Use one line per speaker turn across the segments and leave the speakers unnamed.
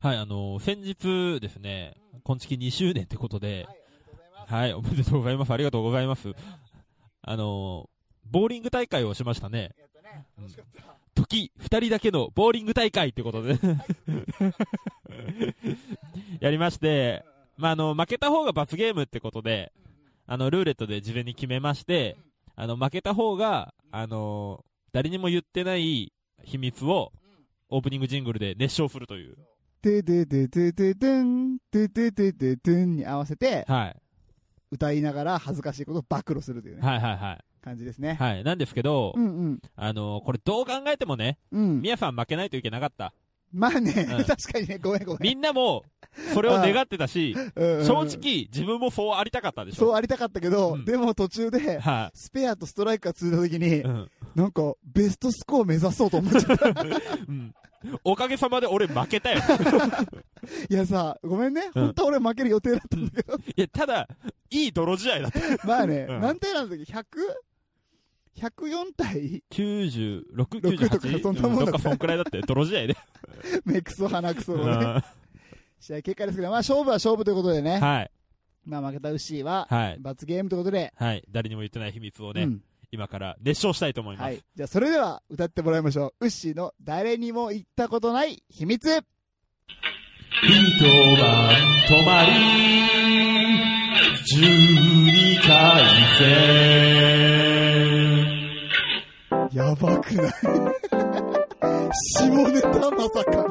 はい、あのー、先日ですね、今月2周年ってことで、はい、おめでとうございます。ありがとうございます。あのー、ボーリング大会をしましたね。うん時、二人だけのボーリング大会って ことで。やりまして、まあ、あの、負けた方が罰ゲームってことで、あの、ルーレットで事前に決めまして、あの、負けた方が、あのー、誰にも言ってない秘密を、オープニングジングルで熱唱するという。
ててててててん、てててててんに合わせて、
はい。
歌いながら恥ずかしいことを暴露するというね、
はいはいはい。
感じですね。
はい。なんですけど
う、んうん。
あの、これどう考えてもね、
うん
み。やさん負けないといけなかった。
まあね、
うん
確かにね、ごめんごめん。
みんなも、それを願ってたし、
うんうん
正。直、自分もそうありたかったでし
そう
ょ。
ありたかったけど、
うん
でも途中で、
は
スペアとストライクが続いた時に
い。う、ん。
なんか、ベストスコア目指そうと思っちゃった。
うん。おかげさまで俺負け たよ。
いやさ、ごめんね。
うん
本当は俺負ける予定だったんだけど。
いや、ただ、いい泥試合だった。
まあね、
うん
何対なんだっけ ?100? 104対
96、
6とか
98?
そんなもん
うど
だった
っかそんくらいだったよ。泥試合で。
目クソ鼻クソ
うん
のね、
は
試合結果ですけど、まあ勝負は勝負ということでね、
い。はい。
まあ負けたウッシーは、罰ゲームということで、
はい。誰にも言ってない秘密を
う
ね、
ん
今から熱唱したいと思いま
は
す
い。。じゃあそれでは歌ってもらいましょう。ウッシーの誰にも言ったことない秘密
一晩泊まり、12回戦。
やばくない下ネタまさか。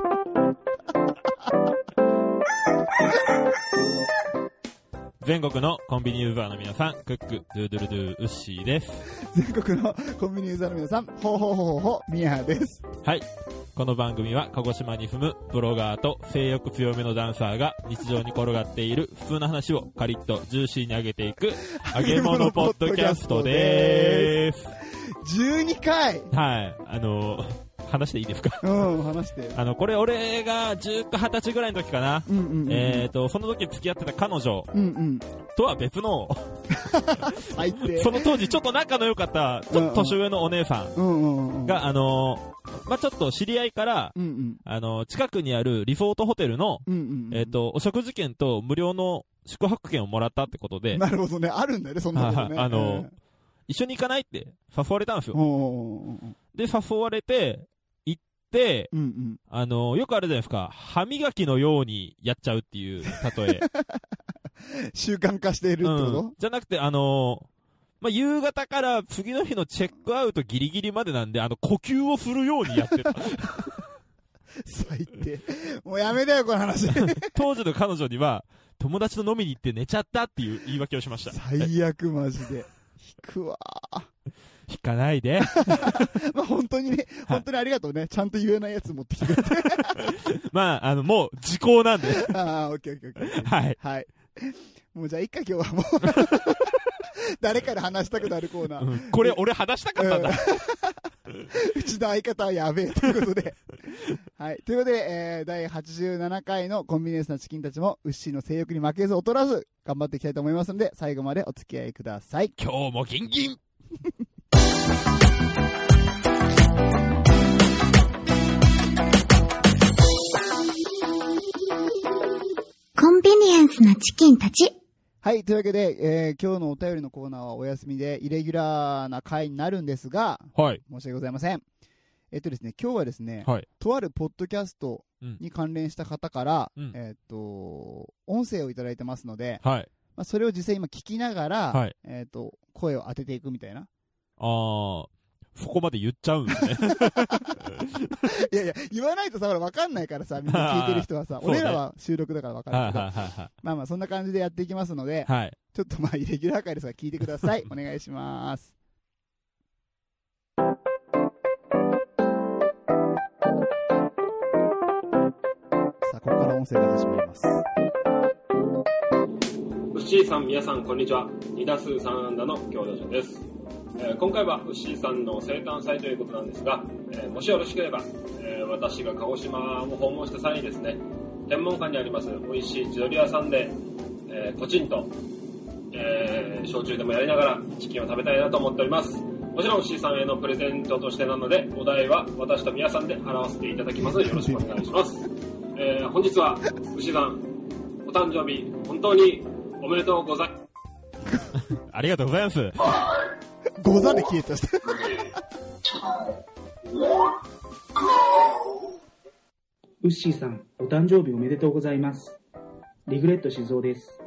全国のコンビニユーザーの皆さん、クック、ドゥードゥルドゥー、ウッシーです。
全国のコンビニユーザーの皆さん、ほうほうほうほう、ミヤです。
はい。この番組は鹿児島に住むブロガーと性欲強めのダンサーが日常に転がっている普通の話をカリッとジューシーに上げていく揚げ物ポッドキャストでーす。
12回
はい。あのー話していいですか
うん、話して。
あの、これ俺が19、20歳ぐらいの時かな。
うんうん、うん。
えーと、その時付き合ってた彼女
うんうん。
とは別の、
最低。
その当時ちょっと仲の良かった、ちょっと年上のお姉さん
うんうんうん。、
が、あのーまあ、ちょっと知り合いから、
うんうん。
あのー近くにあるリゾートホテルの、
うんうんうん。
えっ、と、お食事券と無料の宿泊券をもらったってことで、
なるほどね。あるんだよね、そんなこと ね。
はいあの一緒に行かないって誘われたんです
うん、
よ。
おー
で、誘われて、行って、
うんうん。
あの、よくあれじゃないですか、歯磨きのようにやっちゃうっていう 例え。
習慣化しているってこ
う
と
ん、じゃなくて、あの、まあ、夕方から次の日のチェックアウトギリギリまでなんで、あの、呼吸を振るようにやって た。
最低。もうやめだよ、この 話。
当時の彼女には、友達と飲みに行って寝ちゃったっていう言い訳をしました。
最悪、マジで。引くわ。
引かないで。
まあ、本当にね、本当にありがとうね。ちゃんと言えないやつ持ってきてくれて。
まあ、あの、もう時効なんで。
ああ、オッケーオッケーオッケーオッケー。
はい。
はい。もうじゃあ、いっか、今日 はもう。誰から話したくなるコーナー。
うんこれ俺話したかったんだ。
うちの相方はやべえということで。はい。ということで、えー、第87回のコンビニエンスなチキンたちも、ウッシーの性欲に負けず劣らず、頑張っていきたいと思いますので、最後までお付き合いください。
今日もギンギン
コンビニエンスなチキンたち。
はい。というわけで、えー、今日のお便りのコーナーはお休みで、イレギュラーな回になるんですが、
はい。
申し訳ございません。えっとですね、今日はですね、
はい。
とあるポッドキャストに関連した方から、
うん
えっと、音声をいただいてますので、
はい。
まあ、それを実際今聞きながら、
はい
えっと、声を当てていくみたいな。
あー、そこまで言っちゃうん ですね。
いやいや、言わないとさ、ほら、わかんないからさ、みんな聞いてる人はさ
、そうね
俺らは収録だからわか
はいは
る
い
けど、
は
まあまあ、そんな感じでやっていきますので
い。、はい。
ちょっとまあ、イレギュラー回ですが、聞いてくださ い。お願いします。さあ、ここから音声が始まります。
ウッシーさん、皆さん、こんにちは。2打数3安打の強打者です。えー今回はウッシーさんの生誕祭ということなんですが、えーもしよろしければ、えー私が鹿児島を訪問した際にですね、天文館にあります美味しい地鶏屋さんで、えー、ポチンと、えー焼酎でもやりながらチキンを食べたいなと思っております。もちろんウッシーさんへのプレゼントとしてなので、お題は私と皆さんで払わせていただきます。よろしくお願いします。ええー本日は牛さんお誕生日本当におめでとうございます
ありがとうござい ます。
ござで消えちゃった。
ウッシーさん、お誕生日おめでとうございます。リグレット静雄です。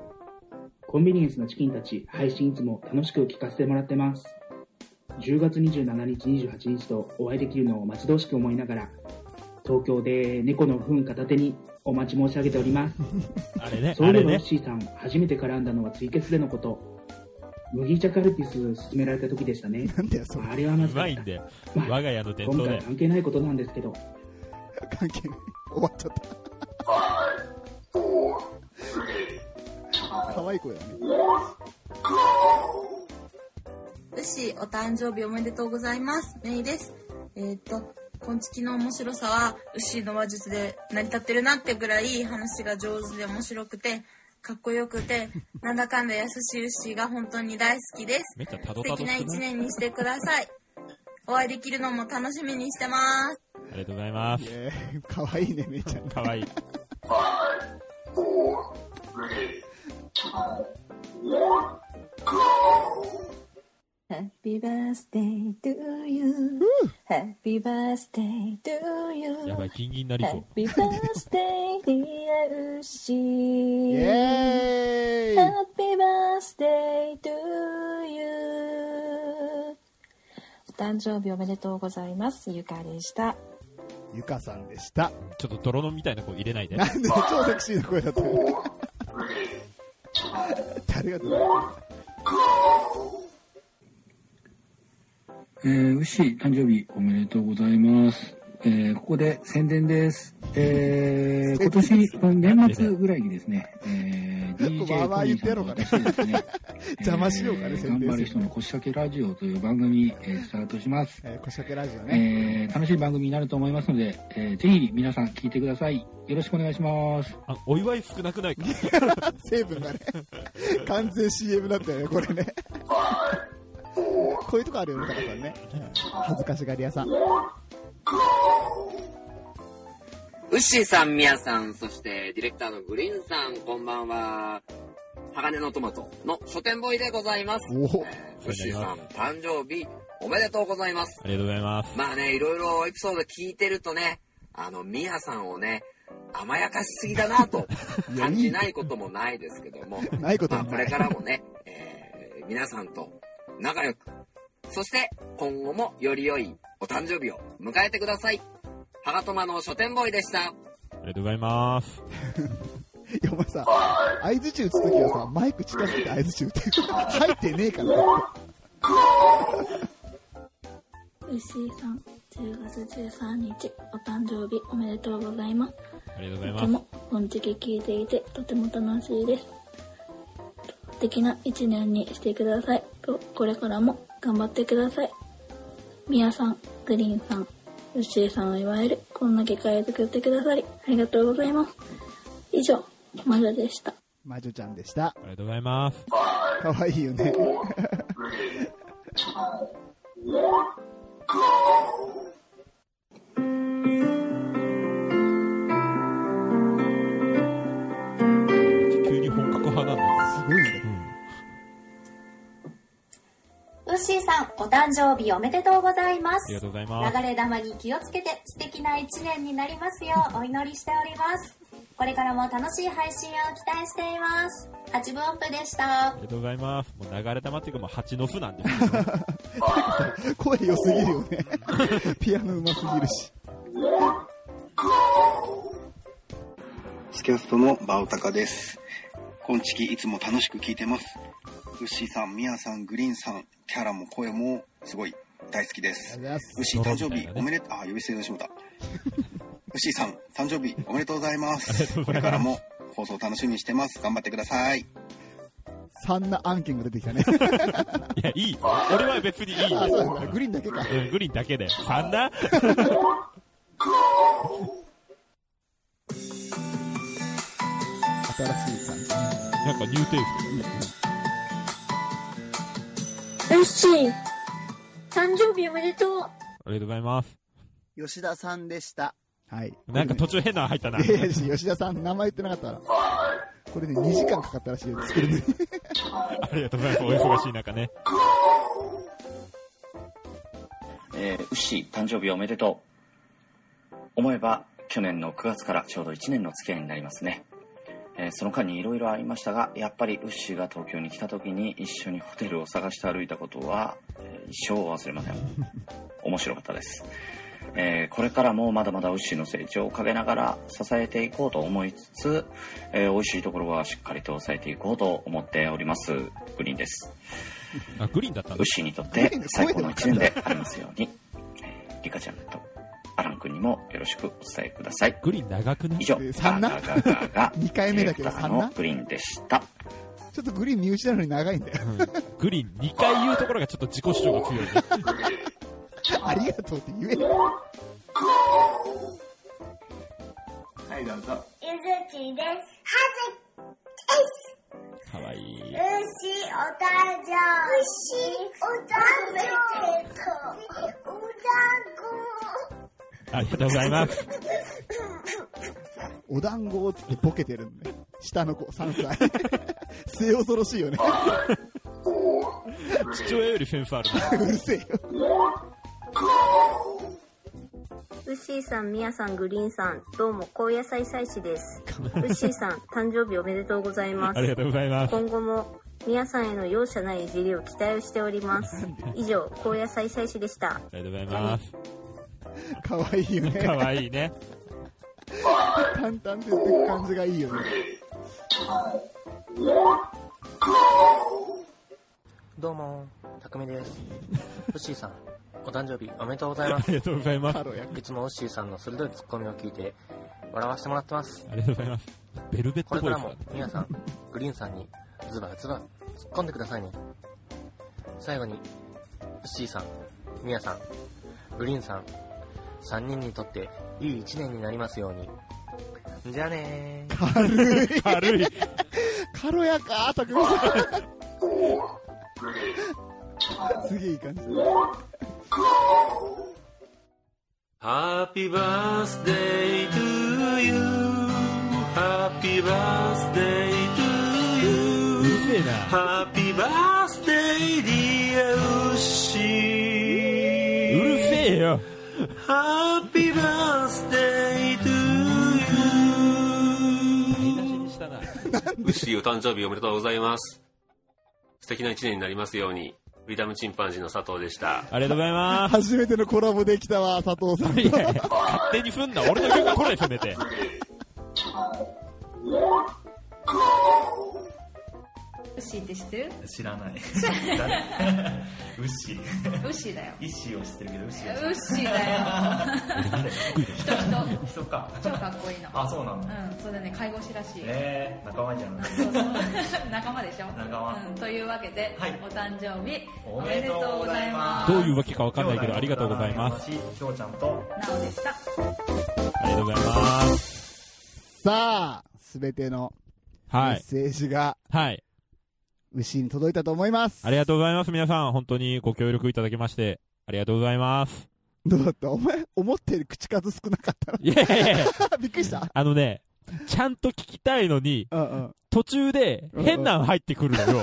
コンビニエンスのチキンたち、配信いつも楽しく聞かせてもらってます。10月27日、28日とお会いできるのを待ち遠しく思いながら、東京で猫の糞片手にお待ち申し上げてお ります。
あれね、
そう
あ
いえ
れ
ばウッ
ね。
シーさん、初めて絡んだのはツイキャスでのこと。麦茶カルピス勧められた時でし たね。
なんだよ、それ。
あれはま
う
ずか
ま
っ
い
た
ん。で、我が家の伝
今
統だ
回
よ。
関係ないことなんですけど、
関係ない。終わっちゃった。可愛い子だね。
牛、お誕生日おめでとうございます。メイです。えーっ、と、今月の面白さは、牛の話術で成り立ってるなってぐらい話が上手で面白くて、かっこよくて、なんだかんだ優しい牛が本当に大好きです。
めっちゃたど
素
た
敵
どしく
な
ない
一年にしてください。お会いできるのも楽しみにしてます。
ありがとうございま
い
す。
やー可愛いね、め いちゃん。
かわいい。
Happy birthday to you. Happy birthday to
や
you.
ばい、金銀なりそう。
Happy birthday, dear
イ
Ushi.
エー
Happy birthday to you. お誕生日おめでとうございます。ゆかでした。
イゆかさんでした。
ちょっと泥のみたいな子入れないで。
なんで超セクシーな声だったよ誰が
えー、牛誕生日おめでとうございます。えーここで宣伝です。えー今年、年末ぐらいにですね、え
こ
ー、
こ
DJ
まあ
コ
まあ言
ニ
っ
ー
てや
さ
ろうんかね
と私ですね、
邪魔しようかね
えー
宣伝する
頑張る人の腰掛けラジオという番組、えースタートします。
えー、こしゃけラジオね。
えー楽しい番組になると思いますので、えーぜひ皆さん聞いてください。よろしくお願いします。
あ、お祝い少なくないか。
成分がね、 完全 CM だったよね、これね。こういうとこあるよね、高さんね。うん恥ずかしがり屋さん。
ウッシーさん、ミヤさん、そしてディレクターのグリーンさん、こんばんは。鋼のトマトの書店ボーイでございます。
おお、
えーウッシーさん、誕生日おめでとうございます。
ありがとうございます。
まあね、いろいろエピソード聞いてるとね、あの、ミヤさんをね、甘やかしすぎだなと
いや
感じないこともないですけども、
ないこと
まあ
も
こ
な
れ
い。
からもね、えー皆さんと仲良く、そして今後もより良いお誕生日を迎えてください。ハガトマの書店ボーイでした。
ありがとうございます。
いや、お前さ、相槌打つときはさ、マイク近づけて相槌打って。入ってねえから。
牛井さん、10月13日、お誕生日おめでとうございます。
ありがとうござい
と
ま
て
す。
も本気聞いていて、とても楽しいです。素敵な一年にしてください。と、これからも頑張ってください。みやさん、グリーンさん、牛井さんを祝える、こんな機会を作ってくださり、ありがとうございます。以上、まだでした。
魔女ちゃんでした。
ありがとうございます。
かわいいよね。
急に本格派なんだ。
すごいね。
ウッシーさん、お誕生日おめでとうございま
あ
す。
りがとうございます。
流れ玉に気をつけて素敵な一年になりますようお祈りしております。これからも楽しい配信を期待しています。八分音符でした
あ。りがとうございます。もう流れ玉っていうか、もう蜂の巣なんですけどね
声良すぎるよね。ピアノ上手すぎるし。
スキャストのバオタカです。今月いつも楽しく聞いてます。ウッシーさん、ミヤさん、グリーンさん、キャラも声もすごい大好きで
あ
す
り。がとうございま
牛誕生日おめでとう、あ、呼び捨て しまった。牛さん、誕生日おめでとうございま
ありがと
す。
うご
こ
ざいます
れからも放送楽しみにしてます。頑張ってください。
す。そんな案件が出てきた ね。
いや、いい。俺は別にいい。
あ、そうなんだ。グリーンだけか。
うん、グリーンだけで。3な
新しい感じ。
なんかニューテイ
牛井、誕生日おめでとう
ありがとうございます。
吉田さんでした。
はい。
なんか途中変なの入ったな。
いやいや吉田さん、名前言ってなかったから。これね、2時間かかったらしいよ、作 るのに。
ありがとうございます。お忙しい中ね。
えー、牛誕生日おめでとう思えば去年の9月からちょうど1年の付き合いになりますね、えーその間にいろいろありましたがやっぱりウッシーが東京に来た時に一緒にホテルを探して歩いたことは、えー一生忘れません面白かったです、えーこれからもまだまだウッシーの成長を陰ながら支えていこうと思いつつ、えー、美味しいところはしっかりと抑えていこうと思っておりますグリーンです
あグリーンだった
ウッシーにとって最高の一年でありますようにリカちゃんとアラン君にもよろしくお伝えください
グリーン長くない
以上
三男
ガーガーガーガー
二回目だけど
ディレクター
三
の
男
グリーンでした
ちょっとグリーン身内なのに長いんだよ。
グリーン2回言うところがちょっと自己主張が強いね。
ありがとうって言え
はいどうぞ
ゆずちです。は
かわいい。
ず、うし、お誕生うし、お誕生日。おだ
ありがとうございます。
お団子をつってボケてるんで、下の子、3歳。 末恐ろしいよね。
父親よりセンスあるな。
うるせえよ。
ウッシーさん、ミヤさん、グリーンさん、どうも、高野菜採取 です。ウッシーさん、誕生日おめでとうございます。
ありがとうございます
今後も、ミヤさんへの容赦ないいじりを期待をしております。以上、高野菜採取でした。
ありがとうございます。
かわいいよね。
かわいいね。
淡々と言ってく感じがいいよね。
どうも、たくみです。 ウッシーさん、お誕生日おめでとうございます。
ありがとうございます。
いつもウッシーさんの鋭いツッコミを聞いて、笑わせてもらってます。
ありがとうございます。ベルベッ
こ
ト
れ
ボ
から
イスだね
も、みやさん、グリーンさんに、ズバズバ、突っ込んでくださいね。最後に、ウッシーさん、みやさん、グリーンさん、3人にとって、いい1年になりますように。じゃあねー。
軽い。
軽い。
軽やか、たくみさん。すげえいい感じ。
Happy birthday to you Happy birthday to you Happy birthday dear ウッシー
うるせえよ
Happy birthday to you ウッシーお誕生日おめでとうございます素敵な一年になりますようにフリーダムチンパンジーの佐藤でした
ありがとうございます。
初めてのコラボできたわ、佐藤さんと。
勝手に踏んだ。俺の曲取れ、せめて。
ウッシーって知ってる
知ら ない
知らない
ウッシー
ウッシーだよ
イッシーを知ってるけどウッシ
ウ
ーは知らない
ッシーだよ
誰
人人
人か
超かっこいいの
あそうなんだ
うんそうだね介護士らしいよ
えー、仲間じゃん
そう そう仲間でしょ
仲間
うんというわけで、お誕生日お
お
め
め
で
で
と
と
う
う
ご
ご
ざ
ざ
い
い
ま
ますす
どういうわけかわかんないけど、ありがとうございます。
すきょうちゃんと
なおでした
ありがとうございます。
さあ、すべてのメ
はい
ッセージが、
はい。
牛に届いたと思います。
ありがとうございます、皆さん。本当にご協力いただきまして、ありがとうございます。
どうだったお前、思ってる口数少なかったな。
いやいやいや
びっくりした。
あのね、ちゃんと聞きたいのに、途中で
うんうん
変なん入ってくるの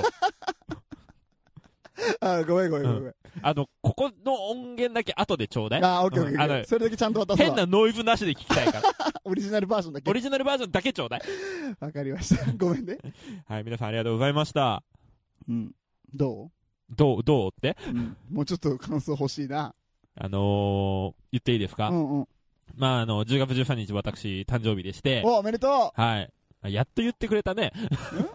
よ。
あ、ごめんごめんごめん。
あの、ここの音源だけ後でちょうだい。
あ、オッケーオッケ
う
ー
ん
オッ
あ
ケー。
の
それだけちゃんと渡すわ
変なノイズなしで聞きたい から。
オリジナルバージョンだけ。
オリジナルバージョンだけちょうだい。
わかりました。ごめんね。
はい、皆さんありがとうございました。
うん。ど
どう、どうって、
うもうちょっと感想欲しいな。
あのー、言っていいですか、
うんうん。
まあ、あの、10月13日私、誕生日でして。
お、おめでと
はい。やっと言ってくれたね。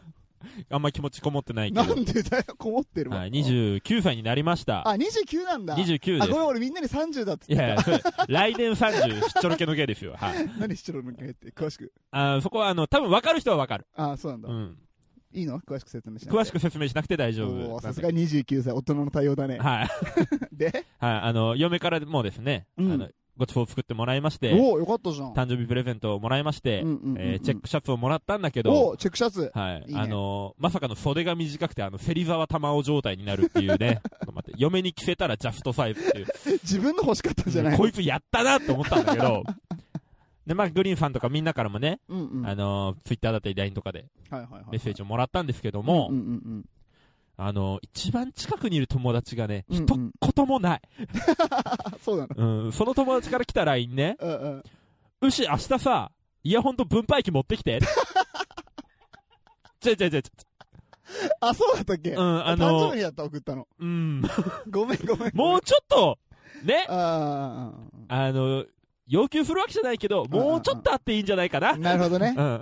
あんまり気持ちこもってないけ
う
ど。
なんでだよ、こもってるわ。
はい、29歳になりました。
あ、29なんだ。
29です
あ、ごめん、俺みんなに30だって
い
言
やい
っ
や、
て
そ
た。
れ来年30、しっちょろけの芸ですよ。はい。
何しちょろのけって、詳しく。
あそこは、あの、多分分かる人は分かる。
あ、そうなんだ。
うん。
いいの詳しく説明しなくて
詳しく説明しなくて大丈
お
夫。
ーさすが29歳、大人の対応だね。
はい。
で
はい、あの、嫁からもですね、
うん
あの、ごちそうを作ってもらいまして、
おーよかったじゃん。
誕生日プレゼントをもらいまして
うんうんうんうん、
えーチェックシャツをもらったんだけ
お
ど
ー、チェックシャツ。
はい
いいね
あのまさかの袖が短くて、あの、芹沢玉緒状態になるっていう ね、ちょっと待って嫁に着せたらジャストサイズっていう、
自分の欲しかったんじゃない
こいつやったなって思ったんだけど、で、まあ、グリーンさんとかみんなからもね、
うんうん
あのー、ツイッターだったり LINE とかで、
はいはいはいはい
メッセージをもらったんですけども、あのー、一番近くにいる友達がね、一言もない。
そうな
の、うん、その友達から来た LINE ね、うし、明日さ、イヤホンと分配器持ってき て。ちょいちょいちょいちょい。
あ、そうだったっけ
うんあの
誕生日だった、送ったの。
うん。
ごめんごめん。
もうちょっと、ね。
あ
の、要求するわけじゃないけど、もうちょっとあっていいんじゃないかな。
なるほどね。
うん。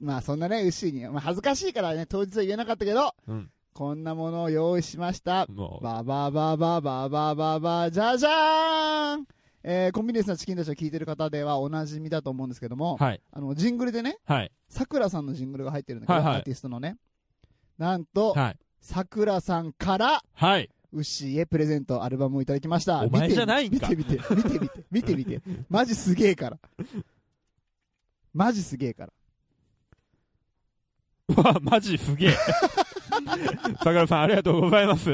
まあそんなね、牛に、まあ恥ずかしいからね、当日は言えなかったけど、
うん
こんなものを用意しました。
も
ババババババババじゃじゃーんえーコンビニエンスのチキンたちを聞いてる方ではおなじみだと思うんですけども、
はい
あの、ジングルでね、
はい。
さくらさんのジングルが入ってるんだけど、
はいはい
アーティストのね。なんと
はい、
さくらさんから、
はい。
ウッシーへプレゼント、アルバムをいただきました。
お前じゃないん
見
か
てみて、見てみて、見てみて、見てみて。マジすげえから。マジすげえから。
うわ、マジすげ え。桜さん、ありがとうございます。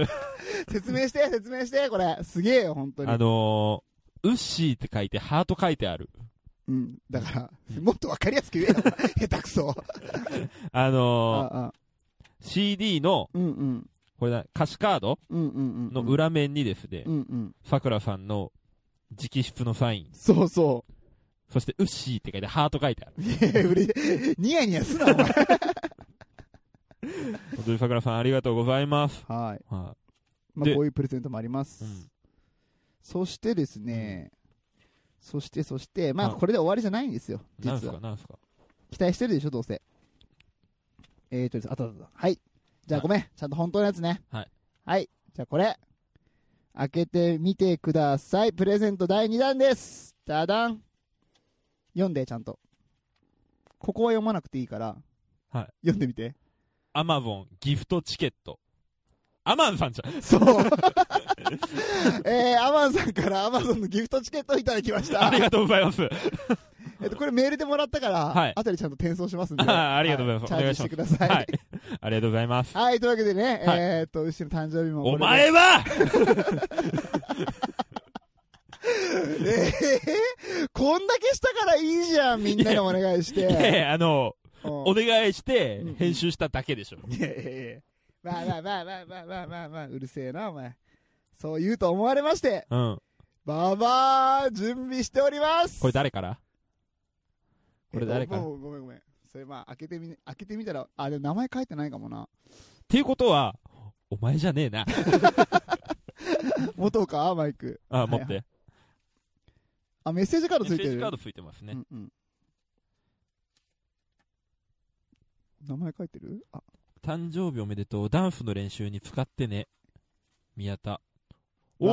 説明して、説明して、これ。すげえよ、本当に。
あのー、ウッシーって書いて、ハート書いてある。
うん。だから、もっとわかりやすく 言えよ。下手くそ。
あのー CD の、これだ、歌詞カードの裏面にですね
うんうん、
さくらさんの直筆のサイン。
そう そう。
そして、ウッシーって書いて、ハート書いてある。
ニヤニヤすな、お前。
本当にさくらさん、ありがとうございます。
はい。まあ、
で
こういうプレゼントもあります。そしてですね、そしてそして、まあ、
はい
これで終わりじゃないんですよ、実
なんすか、
は。
なんすか。
期待してるでしょ、どうせ。えーとです、あったあったあったはい。じゃあ、ごめん。ちゃんと本当のやつね。
はい。
はい。じゃあ、これ。開けてみてください。プレゼント第2弾です。ダダン。読んで、ちゃんと。ここは読まなくていいから、
はい。
読んでみて。
アマゾンギフトチケット。アマンさんじゃん。
そう。えー、アマンさんからアマゾンのギフトチケットをいただきました。
ありがとうございます。
えっと、これメールでもらったから、
はい
後でちゃんと転送しますんで。
あありがとうございます。
は
お願い
チ
し
ャー
ま
ジ
す。
してください。は
はいい。。ありがとうございます。
というわけでね、
はい
えーっと、牛の誕生日もこれで。
お前は
えー、こんだけしたからいいじゃん、みんなにお願いし
いやい
て。
やあの、
うん
お願いして、編集しただけでしょ。
いやいやいやまあまあまあまあまあまあまあまあ、うるせえな、お前。そう言うと思われまして、
うん。
ババーン準備しております
これ誰からこれ誰か
えっ
ら
と
っ
もうごめんごめん。それまあ、開けてみ、開けてみたら、あ、でも名前書いてないかもな。
ていうことは、お前じゃねえな。
持とうか、マイク。
あ、持っ
はいはい
て。
あ、メッセージカードついてる。
メッセージカードついてますね
うんうん名前書いてるあ、
誕生日おめでとう。ダンスの練習に使ってね。宮田。
ババ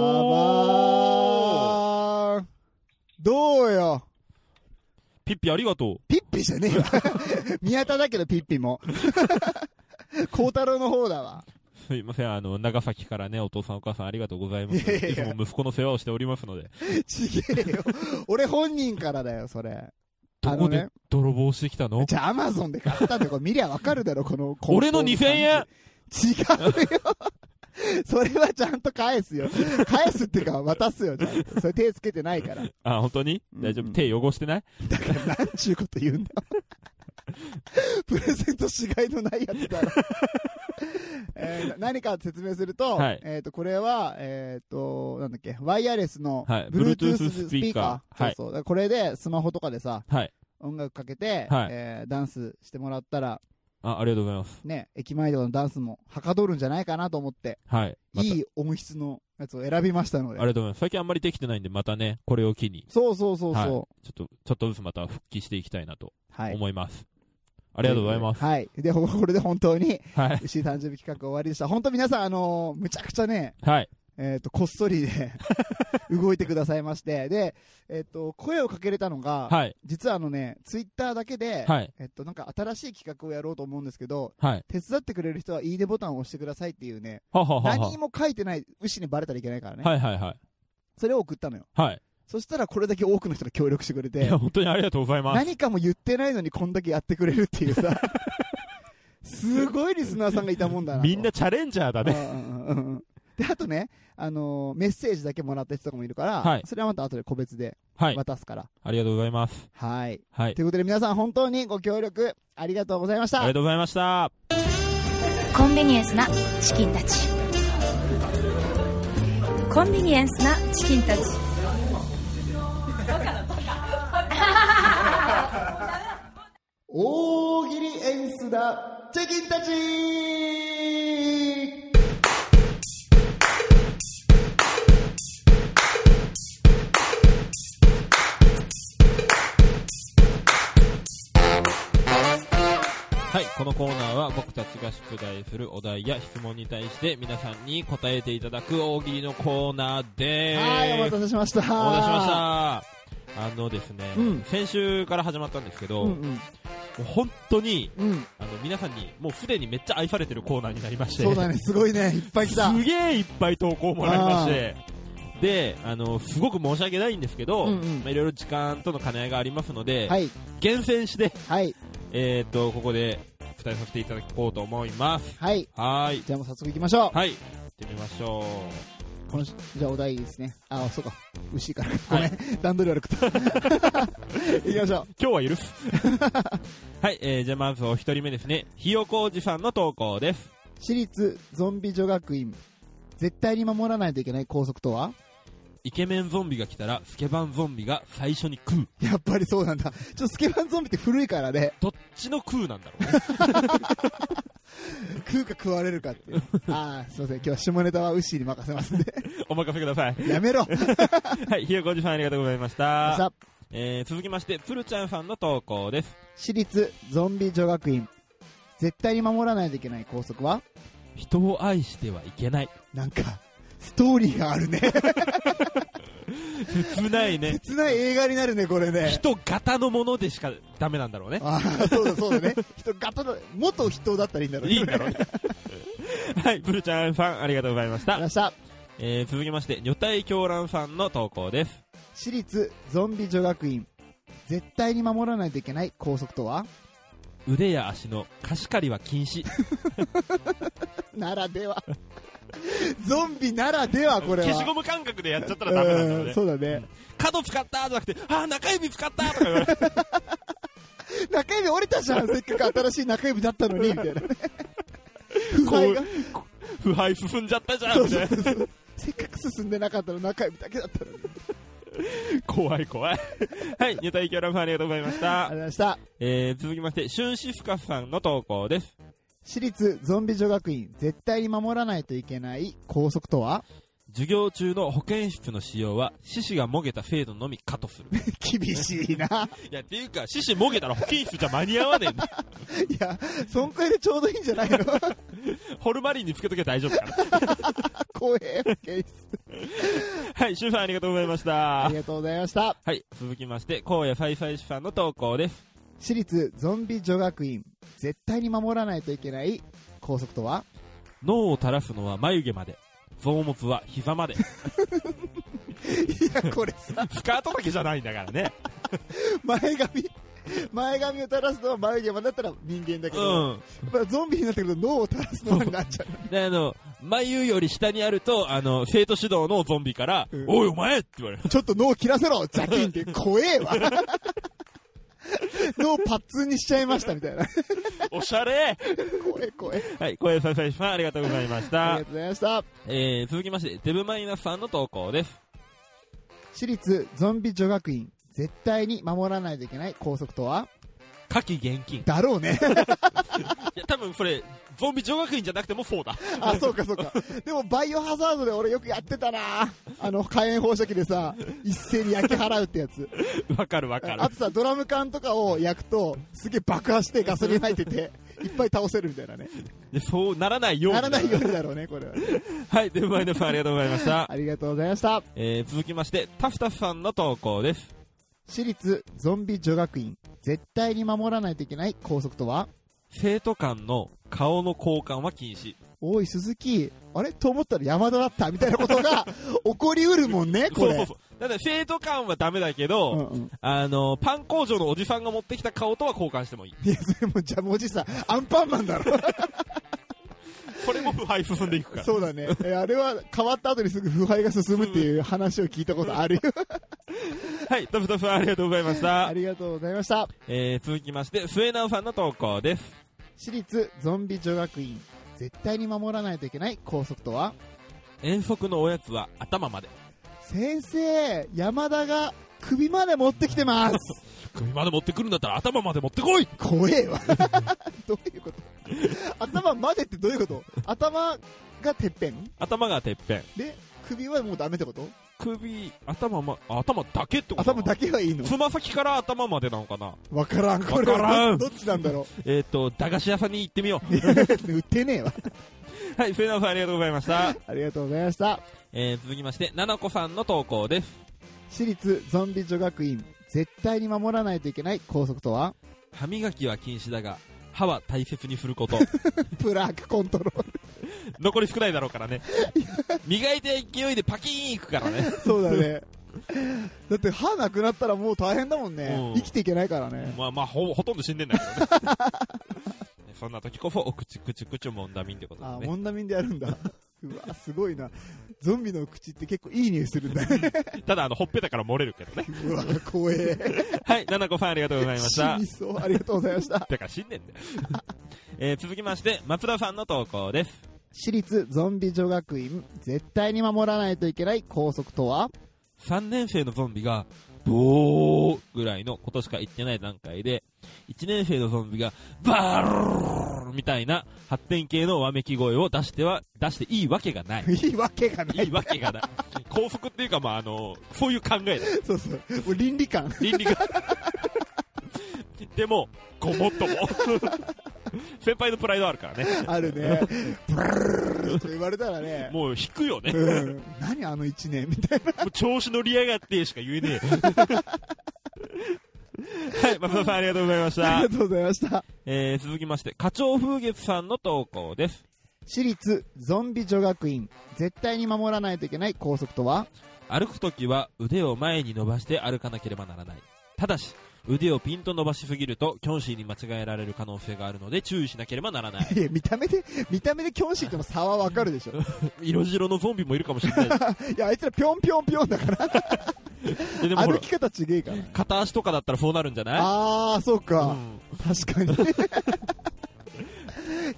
ーンどうよ
ピッピありがとう。
ピッピじゃねえわ。 宮田だけどピッピも。 孝太郎の方だわ。
すいません、あの、長崎からね、お父さんお母さんありがとうございます。
いやいやい
いつ
や
も息子の世話をしておりますので。
ちげえよ。俺本人からだよ、それ。
ど
あ
こ
の
で
ね、
泥棒してきたの
じゃあアマゾンで買ったんだよ。これ見りゃわかるだろ、この。
俺の2000円
違うよ。それはちゃんと返すよ。返すっていうか、渡すよ、ちゃんと。それ手つけてないから。
あ、本当に大丈夫手汚してない
だから、なんちゅうこと言うんだ よプレゼントしがいのない やつだろ。えーな何か説明すると、
はい
えっ、と、これは、えっ、と、なんだっけ、ワイヤレスの、
はい
Bluetooth
Bluetooth
スピーカー。
はい
そうそう。だからこれで、スマホとかでさ、
はい
音楽かけて、
はい
えーダンスしてもらったら、
あ、ありがとうございます。
ね、駅前でのダンスもはかどるんじゃないかなと思って、
はい。また
いい音質のやつを選びましたの
あ
で。
りがとうございます。最近あんまりできてないんで、またね、これを機に。
そうそうそうそう
はいちょっと、ちょっとずつまた復帰していきたいなと
はい
思います。ありがとうございます。
はい。で、ほこれで本当に、
はい
牛誕生日企画終わりでした。本当皆さん、あのーむちゃくちゃね、
はい。
えっ、と、こっそ りで動いてくださいまして、で、えっ、と、声をかけれたのが、
はい
実はあのね、ツイッターだけで、
はい
えっ、と、なんか新しい企画をやろうと思うんですけど、
はい
手伝ってくれる人は、いいねボタンを押してくださいっていうね、
はははは
何も書いてない、牛にバレたらいけないからね、
はいはいはい。
それを送ったのよ。
はい。
そしたら、これだけ多くの人が協力してくれて、
いや、本当にありがとうございます。
何かも言ってないのにこんだけやってくれるっていう さ、すごいリスナーさんがいたもんだなと。
みんなチャレンジャーだね。
うんうんうんで、あとね、あのーメッセージだけもらった人とかもいるから、
はい
それはまた後で個別で
はい
渡すから。
ありがとうございます。
はい。
はい。
ということで皆さん本当にご協力ありがとうございました。
ありがとうございました。
コンビニエンスなチキンたちコンビニエンスなチキンたち
大喜利演出だ、チキンたち
はい、このコーナーは僕たちが出題するお題や質問に対して皆さんに答えていただく大喜利のコーナーでーす。
はい、お待たせしました。
お待たせしました。あのですね、
うん
先週から始まったんですけど、
うんう
も
ん
う本当に、
うん
あの皆さんにもうすでにめっちゃ愛されてるコーナーになりまして、
そうだね、すごいね、いっぱい来た。
すげえいっぱい投稿もらいまして、で、あの、すごく申し訳ないんですけど、
うんうん
まあいろいろ時間との兼ね合いがありますので、
はい
厳選して、
はい、
えーっと、ここで、伝えさせていただこうと思います。
はい。
はーい。
じゃあもう早速行きましょう。
はい。行ってみましょ
このしじゃあお題ですね。あ、そうか。牛から。ごめん。段取り悪くて。 行きましょう。
今日は許 す。う。はい、えー、じゃあまずお一人目ですね。ひよこおじさんの投稿です。
私立ゾンビ女学院。絶対に守らないといけない校則とは
イケメンゾンビが来たら、スケバンゾンビが最初に食う。
やっぱりそうなんだ。ちょっとスケバンゾンビって古いからね。
どっちの食うなんだ ろ
う、ね、食うか食われるかっ ていう。ああ、すいません。今日は下ネタはウッシーに任せますんで。
お任せください。
やめろ
はい、ひよこおじさん ありがとうございました。
さ
えー、続きまして、つるちゃんさんの投稿です。
私立ゾンビ女学院。絶対に守らないといけない校則は
人を愛してはいけない。
なんか、ストーリーが あるね。
切ないね。
切ない映画になるね、これね。
人型のものでしかダメなんだろうね。
ああ、そうだそうだね。人、ガタだ、元人だったらいいんだろうね
いいんだ ろうね。はい、ブルちゃんさん、ありがとうございました。えー、続きまして、女体狂乱さんの投稿です。
私立ゾンビ女学院絶対に守らないといけない校則とは
腕や足の貸し借りは禁止。
なら ではゾンビならではこれは
消しゴム感覚でやっちゃったらダメなんだろう
う
ね。
んそうだね、
角使ったじゃなくて、あー、中指使ったとか言われ て。
中指折れたじゃんせっかく新しい中指だったのにみた いなね腐敗が
腐敗進んじゃったじゃ
そ
ん
う
みた
そ
いうな。
そうせっかく進んでなかったの中指だけだったのに
怖い怖い。はい、ニュータイキョラムさんありがとうございました。あり
がとうございました。
えー、続きまして、シュンシフカフさんの投稿です。
私立ゾンビ女学院絶対に守らないといけない校則とは
授業中の保健室の使用は、四肢がもげた制度のみ可と する。
厳しいな
いや、っていうか、四肢もげたら保健室じゃ間に合わねえん だ。
いやそんくらいでちょうどいいんじゃないの
ホルマリンにつけとけば大丈夫かな。
怖え保健室
はい、シュンさんありがとうございました。
ありがとうございました
はい、続きまして、荒野サイサイシさんの投稿です。
私立ゾンビ女学院絶対に守らないといけない校則と は
脳を垂らすのは眉毛まで。臓物は膝まで。い
や、これ さ。
スカートだけじゃないんだからね。
前髪前髪を垂らすのは眉毛までだったら人間だけ
うん
ど、やっぱゾンビになってくると脳を垂らすのになっちゃう
で、あの、眉より下にあると、あの、生徒指導のゾンビから、おいお前って言わ れる。
ちょっと脳切らせろザキンって怖えわ 脳パッツンにしちゃいましたみたいな
おしゃれ
怖え怖え
はい、小林さん、さん、ありがとうございました。
ありがとうございました。
えー、続きまして、デブマイナスさんの投稿です。
私立ゾンビ女学院絶対に守らないといけない校則とは
夏季厳禁。
だろうね
いや、多分それ、ゾンビ女学院じゃなくてもそうだ。
あ、そうかそうか。でもバイオハザードで俺よくやってたなあの火炎放射器でさ、一斉に焼き払うってやつ。
わかるわかる
あ。とさ、ドラム缶とかを焼くと、すげえ爆破してガソリン入ってて、いっぱい倒せるみたいなね。
でそうならないように
ならないようにだろうね、これは。
はい、デブマイナスさん、ありがとうございました。
ありがとうございました。
えー、続きまして、タフタフさんの投稿です。
私立ゾンビ女学院、絶対に守らないといけない校則とは
生徒間の顔の交換は禁止。
おい、鈴木、あれと思ったら山田だったみたいなこと が起こりうるもんね、こ
そう
れ。
そうそう。だって生徒間はダメだけど、あの、パン工場のおじさんが持って きた顔とは交換してもいい。
いや、それもうジャムおじさん、アンパンマンだろ。
これも腐敗進んでいくから。
そうだね。えあれは変わった後にすぐ腐敗が進むっていう話を聞いたことあるよ。
はい、トフトフありがとうございました。
ありがとうございました。
えー、続きまして、末直さんの投稿です。
私立ゾンビ女学院、絶対に守らないといけない校則とは
遠足のおやつは頭まで。
先生、山田が首まで持ってき てます。
首まで持ってくるんだったら頭まで持ってこい
怖えわ。 どういうこと頭までってどういうこと頭がてっぺん
頭がてっぺん。
で、首はもうダメってこと
首、頭ま、あ頭だけってこと
頭だけはいいの
つま先から頭までなのかな
わからん、これ
わから
は
ん
どどっちなんだろ
えっ、と、駄菓子屋さんに行ってみよう。
う。 売ってねえわ。
はい、末直さんありがとうございました。
ありがとうございました。
えー、続きまして、ななこさんの投稿です。
私立ゾンビ女学院、絶対に守らないといけない校則とは
歯磨きは禁止だが、歯は大切にする こと。
プラークコントロール。
残り少ないだろう からね。磨いて勢いでパキーンいくからね。
そうだね。だって歯なくなったらもう大変だもんね
う。ん
生きていけないからね。
まあまあほ、ほとんど死んでんだけど ね。そんな時こそ、お口くちくちもんだみんってことだ
あ、
ね。
モンダミンでやるんだ。うわ、すごいな。ゾンビの口って結構いい匂いするんだね。
ただ、あの、ほっぺたから漏れるけどね。
うわ、怖え。
はい、ななこさんありがとうございました
死に。そう。ありがとうございました。
だから 死んでんだ よ。えー続きまして、松田さんの投稿です。
私立ゾンビ女学院、絶対に守らないといけない校則とは
3年生のゾンビが、ボーぐらいのことしか言ってない段階で、1年生のゾンビが、バーみたいな発展系のわめき声を出しては、出していいわけが ない。
いいわけがない。
いいわけがない。幸福っていうか、まあ、あの、そういう考えだ。
そうそう。もう倫理観。
倫理が。でも、ごもっとも。先輩のプライドあるからね。
あるね。ブルーって言われたらね。
もう引くよね。
うん何あの一年みたい
もう調子乗りやがってしか言えねえ。はい、松田さんありがとうございまし
な。あ
た
り。がとうございました。
えー、続きまして、課長風月さんの投稿です。
私立ゾンビ女学院、絶対に守らないといけない校則とは
歩くときは腕を前に伸ばして歩かなければならない。ただし、腕をピンと伸ばしすぎると、キョンシーに間違えられる可能性があるので注意しなければならない。
いや、見た目で、見た目でキョンシーとの差はわかるでしょ。
色白のゾンビもいるかもしれない。
いや、あいつらぴょんぴょんぴょんだから。
ででもほ
歩
ら
き、方ちげえから。
片足とかだったらそうなるんじゃない
あー、そうか。確 かに。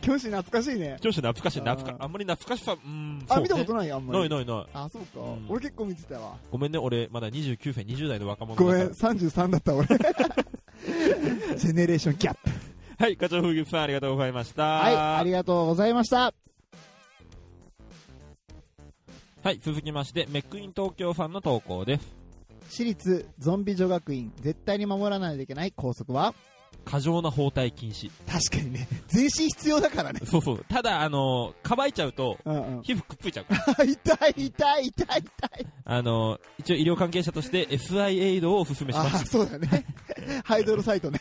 キョンシー懐かしいね。
キョンシー懐かしい、懐
あ
か
ー
あんまり懐かしさ、うん、
あ、
そうね
見たことないあんまり。
ないないない。
あ、そうか。俺結構見てたわ。
ごめんね、俺、まだ29歳、20代の若者
ごめ
だ
ん、
から
33だっ た俺。ジェネレーションギャップ。
はい、課長風月さん、ありがとうございました。
はい、ありがとうございました。
はい、続きまして、メックイン東京さんの投稿です。
私立ゾンビ女学院、絶対に守らないといけない校則は
過剰な包帯禁止。
確かにね、全身必要だからね。
そうそう。ただ、あのー乾いちゃうと、
うんうん。
皮膚くっついちゃうから。
痛い痛い痛い痛い。
あのー一応医療関係者として SI エイドをおすすめしま
あー、
す。
そうだ ね。ハイドロサイ トね。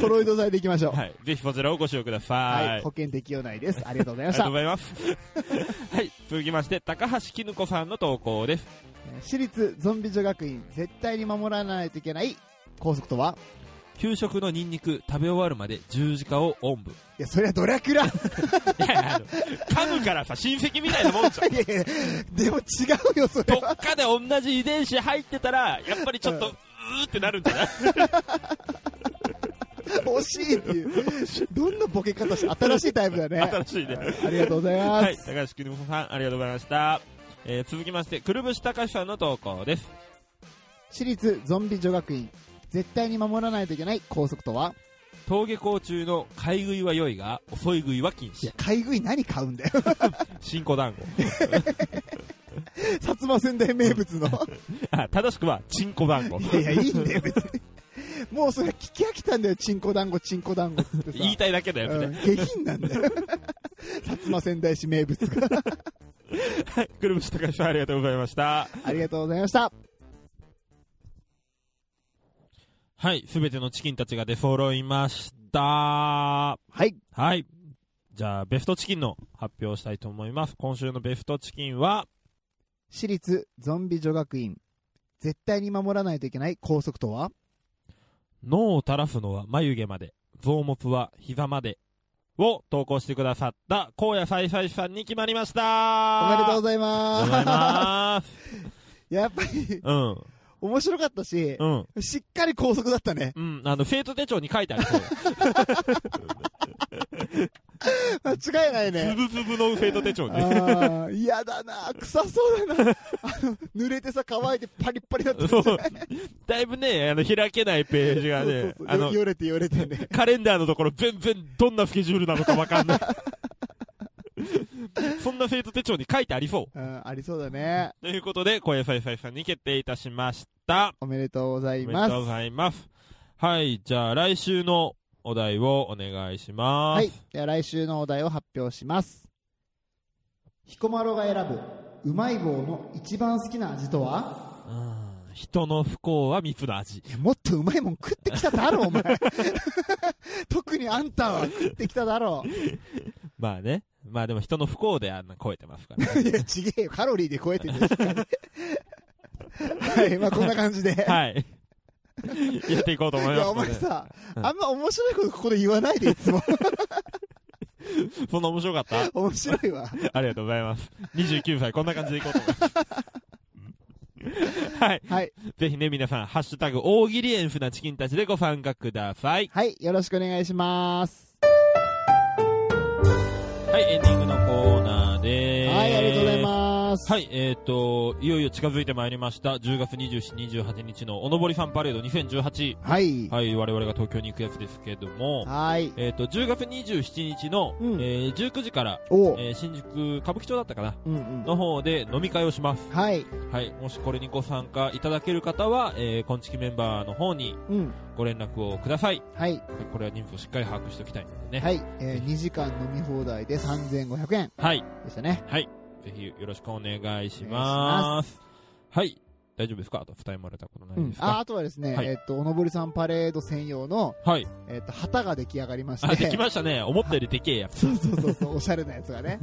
コロイド剤でいきましょう。
はい。ぜひこちらをご使用ください。
はい、保険適用内です。ありがとうござい
あ
ま
り
し
が
た
とう。ございます。 はい。続きまして、高橋絹子さんの投稿です。
私立ゾンビ女学院、絶対に守らないといけない校則とは
給食のニンニク食べ終わるまで十字架をおんぶ。
いや、そりゃド ラクラい
いやいや、あの噛むからさ、親戚みたいなもんじゃん。
やいやでも違うよ、それ
ど
は
っ。かで同じ遺伝子入ってたら、やっぱりちょっと、うーってなるんじゃない
惜しいっていう。どんなボケ方して、新しいタイプだね。
新しいね。
ありがとうございます。
はい、高橋くにさん、ありがとうございました。えー続きまして、くるぶし高橋さんの投稿です。
私立ゾンビ女学院絶対に守らないといけない校則とは
登下校中の買い食いは良いが、遅い食いは禁止。
買い食い何買うんだよ
新子団子。
薩摩仙台名物の
あ、正しくは、チンコ団子。
いやいやいいんだよ別にもうそれ聞き飽きたんだよチンコ団子チンコ団子っつってさ
言いたいだけだよ
う
ね
ん、下品なんだよ薩摩仙台市名物が
はい、くるぶし高橋さんありがとうございました。
ありがとうございました
はい、すべてのチキンたちが出揃いました。はい。はい。じゃあ、ベストチキンの発表をしたいと思います。今週のベストチキンは、
私立ゾンビ女学院絶対に守らないといけない校則とは
脳を垂らすのは眉毛まで、臓物は膝まで、を投稿してくださった、荒野サイサイさんに決まりました
おめでとうご
い
ざいます。
ます
やっぱり、
うん。
面白かったし、
うん。
しっかり高速だったね。
うん、あの、フェイト手帳に書 いてある。
間違いないね。
つぶつぶのフェイト手帳ね。
あー嫌だな臭そうだなあの濡れてさ乾いてパリッパリだった
そ
ん
う
じゃない。
だいぶね、あの、開けないページがね、あの、
よれてよれてね
カレンダーのところ全然どんなスケジュールなのかわかん ない。そんな生徒手帳に書いてありそう。
うんありそうだね
ということで、小江さいさいさんに決定いたしました。
おめでとうござ
お
い
めで
ます
とうございます。はい、じゃあ来週のお題をお願いします。
はいでは来週のお題を発表します彦摩呂が選ぶうまい棒の一番好きな味とは
人の不幸は蜜の味。
もっとうまいもん食ってきただろお前特にあんたは食ってきただろ
まあね。まあでも人の不幸であんな超えてますから、 ね。
いやちげえよカロリーで超えてるよしっかりはいまあこんな感じで
はい。やっていこうと思いますので。
いやお前さ、
うん
あんま面白いことここで言わないでいつも
そんな面白かった
面白いわ。
ありがとうございます。29歳、こんな感じでいこうと思い ます。はい。ぜひね、皆さん、ハッシュタグ、大喜利エンフなチキンたちでご参加ください。
はいよろしくお願いします
はい、エンディングのコーナーでーす。
はいありがとうございます。
はい、えっ、と、いよいよ近づいてまいりました。10月27、28日のおのぼりさんパレード2018。
はい。
はい、我々が東京に行くやつですけども。
はい。
えっ、と、10月27日の、えー19時から、え
お
ー新宿、歌舞伎町だったかな。
うんうん
の方で飲み会をします。
はい。
はい。もしこれにご参加いただける方は、えー、こんちきメンバーの方に
うん
ご連絡をください。
はい。
これは人数をしっかり把握しておきたいのでね。
はい、えー、2時間飲み放題で3500円
はい。
でしたね
はい。ぜひよろしくお願いします。はい。大丈夫ですかあと伝えまれたことないですか、
ああとはですね、
はい
えっとおのぼりさんパレード専用の、
はい。
えっと旗が出来上がりまして
あ、できましたね。思ったよりでけえやつ。
そうそうそうそうおしゃれなやつがね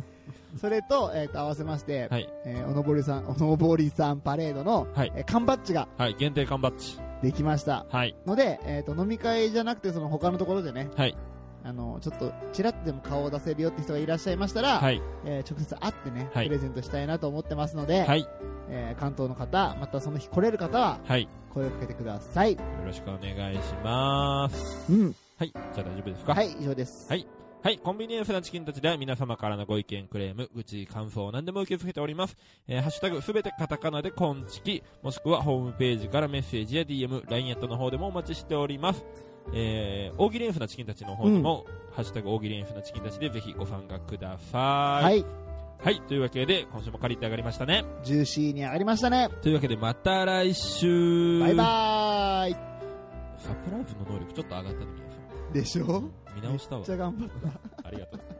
それと,、えっと合わせまして、
はい
えーおのぼりさんおのぼりさんパレードの、
はい
えー缶バッジが
はい。限定缶バッジ。
できました
はい。
ので、えっと飲み会じゃなくてその他のところでね
はい。
あのちょっとちらっとでも顔を出せるよって人がいらっしゃいましたら、
はい
えー直接会ってね、
はい
プレゼントしたいなと思ってますので、
はい
えー関東の方またその日来れる方は
はい。よ
声をかけてください
ろしくお願いします。
うん。
はい。じゃあ大丈夫ですか
はい以上です
はい。はい。コンビニエンスなチキンたちでは皆様からのご意見、クレーム、愚痴、感想、何でも受け付けております。えーハッシュタグ、すべてカタカナでコンチキ、もしくはホームページからメッセージや DM、LINE アットの方でもお待ちしております。えー、大喜利エンスなチキンたちの方にも、ハッシュタグ大喜利エンスなチキンたちでぜひご参加ください。
はい。
はい。というわけで、今週も借りて上がりましたね。
ジューシーに上がりましたね
というわけで、また来週。
バイバーイ
サプライズの能力ちょっと上がったね、皆さん。
でしょ
見直したわ。
めっちゃ頑張った
ありがとう。